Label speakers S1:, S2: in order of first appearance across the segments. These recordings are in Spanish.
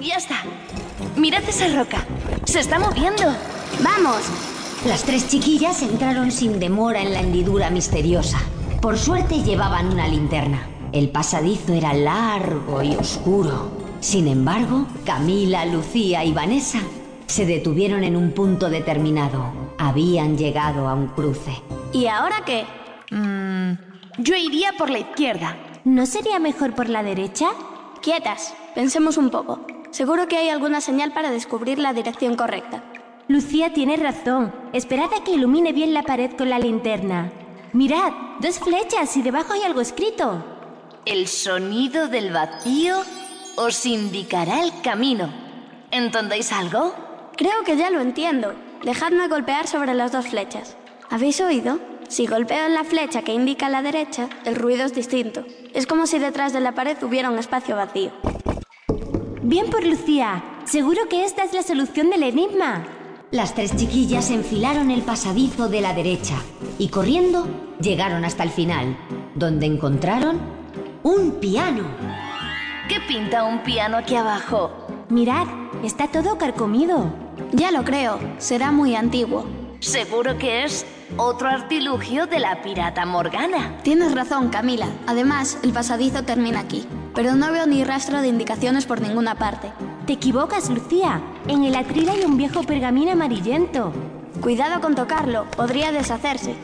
S1: Ya está. Mirad esa roca. Se está moviendo.
S2: ¡Vamos!
S3: Las tres chiquillas entraron sin demora en la hendidura misteriosa. Por suerte llevaban una linterna. El pasadizo era largo y oscuro. Sin embargo, Camila, Lucía y Vanessa se detuvieron en un punto determinado. Habían llegado a un cruce.
S1: ¿Y ahora qué? Mm, yo iría por la izquierda.
S2: ¿No sería mejor por la derecha?
S4: Quietas, pensemos un poco. Seguro que hay alguna señal para descubrir la dirección correcta.
S2: Lucía tiene razón. Esperad a que ilumine bien la pared con la linterna. Mirad, dos flechas y debajo hay algo escrito.
S1: El sonido del vacío os indicará el camino. ¿Entendéis algo?
S4: Creo que ya lo entiendo. Dejadme golpear sobre las dos flechas. ¿Habéis oído? Si golpeo en la flecha que indica la derecha, el ruido es distinto. Es como si detrás de la pared hubiera un espacio vacío.
S2: Bien por Lucía. Seguro que esta es la solución del enigma.
S3: Las tres chiquillas enfilaron el pasadizo de la derecha y corriendo llegaron hasta el final, donde encontraron un piano.
S1: ¿Qué pinta un piano aquí abajo?
S2: Mirad, está todo carcomido.
S4: Ya lo creo, será muy antiguo.
S1: Seguro que es otro artilugio de la pirata Morgana.
S4: Tienes razón, Camila. Además, el pasadizo termina aquí. Pero no veo ni rastro de indicaciones por ninguna parte.
S2: Te equivocas, Lucía. En el atril hay un viejo pergamino amarillento.
S4: Cuidado con tocarlo, podría deshacerse.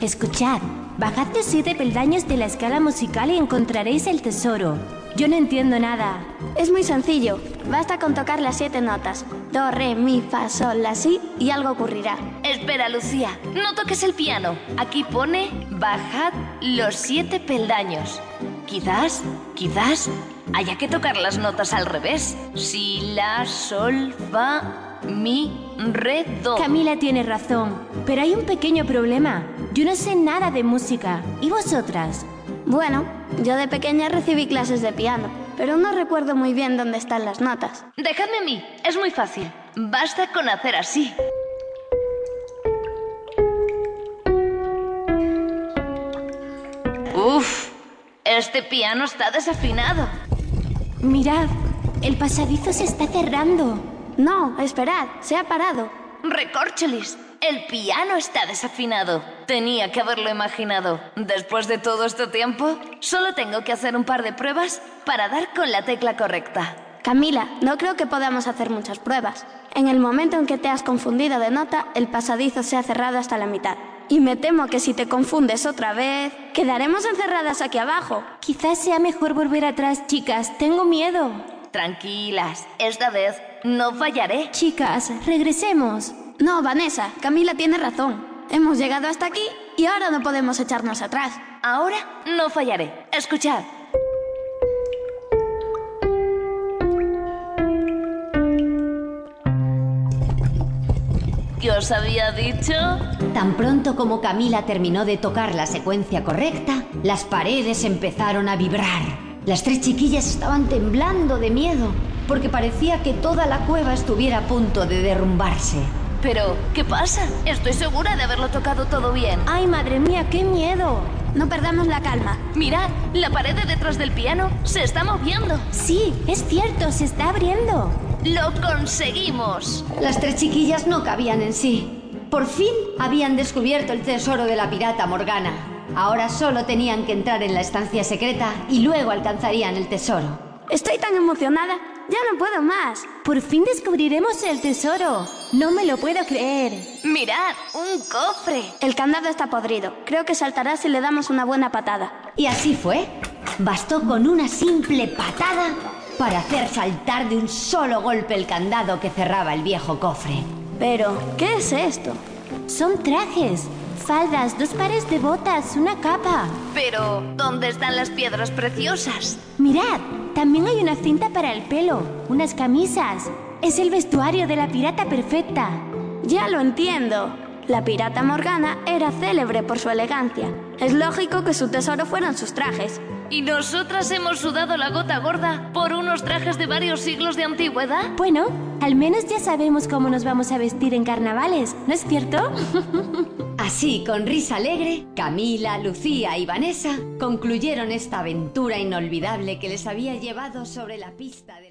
S2: Escuchad, bajad los siete peldaños de la escala musical y encontraréis el tesoro. Yo no entiendo nada.
S4: Es muy sencillo. Basta con tocar las siete notas. Do, re, mi, fa, sol, la, si y algo ocurrirá.
S1: Espera, Lucía. No toques el piano. Aquí pone bajad los siete peldaños. Quizás, quizás, haya que tocar las notas al revés. Si, la, sol, fa, mi, re, do.
S2: Camila tiene razón, pero hay un pequeño problema. Yo no sé nada de música. ¿Y vosotras?
S4: Bueno, yo de pequeña recibí clases de piano, pero no recuerdo muy bien dónde están las notas.
S1: Dejadme a mí, es muy fácil. Basta con hacer así. Uf, este piano está desafinado.
S2: Mirad, el pasadizo se está cerrando.
S4: No, esperad, se ha parado.
S1: Recorcholis, el piano está desafinado. Tenía que haberlo imaginado. Después de todo este tiempo, solo tengo que hacer un par de pruebas para dar con la tecla correcta.
S4: Camila, no creo que podamos hacer muchas pruebas. En el momento en que te has confundido de nota, el pasadizo se ha cerrado hasta la mitad. Y me temo que si te confundes otra vez, quedaremos encerradas aquí abajo.
S2: Quizás sea mejor volver atrás, chicas. Tengo miedo.
S1: Tranquilas, esta vez no fallaré.
S2: Chicas, regresemos.
S4: No, Vanessa, Camila tiene razón. Hemos llegado hasta aquí y ahora no podemos echarnos atrás.
S1: Ahora no fallaré. Escuchad. ¿Qué os había dicho?
S3: Tan pronto como Camila terminó de tocar la secuencia correcta, las paredes empezaron a vibrar. Las tres chiquillas estaban temblando de miedo, porque parecía que toda la cueva estuviera a punto de derrumbarse.
S1: Pero, ¿qué pasa? Estoy segura de haberlo tocado todo bien.
S2: ¡Ay, madre mía, qué miedo!
S4: No perdamos la calma.
S1: Mirad, la pared de detrás del piano se está moviendo.
S2: Sí, es cierto, se está abriendo.
S1: ¡Lo conseguimos!
S3: Las tres chiquillas no cabían en sí. Por fin habían descubierto el tesoro de la pirata Morgana. Ahora solo tenían que entrar en la estancia secreta y luego alcanzarían el tesoro.
S4: Estoy tan emocionada. Ya no puedo más.
S2: Por fin descubriremos el tesoro. No me lo puedo creer.
S1: Mirad, un cofre.
S4: El candado está podrido. Creo que saltará si le damos una buena patada.
S3: Y así fue. Bastó con una simple patada para hacer saltar de un solo golpe el candado que cerraba el viejo cofre.
S4: Pero, ¿qué es esto?
S2: Son trajes faldas, dos pares de botas, una capa.
S1: Pero, ¿dónde están las piedras preciosas?
S2: Mirad, también hay una cinta para el pelo, unas camisas. Es el vestuario de la pirata perfecta.
S4: Ya lo entiendo. La pirata Morgana era célebre por su elegancia. Es lógico que su tesoro fueran sus trajes.
S1: ¿Y nosotras hemos sudado la gota gorda por unos trajes de varios siglos de antigüedad?
S2: Bueno, al menos ya sabemos cómo nos vamos a vestir en carnavales, ¿no es cierto?
S3: Así, con risa alegre, Camila, Lucía y Vanessa concluyeron esta aventura inolvidable que les había llevado sobre la pista de la...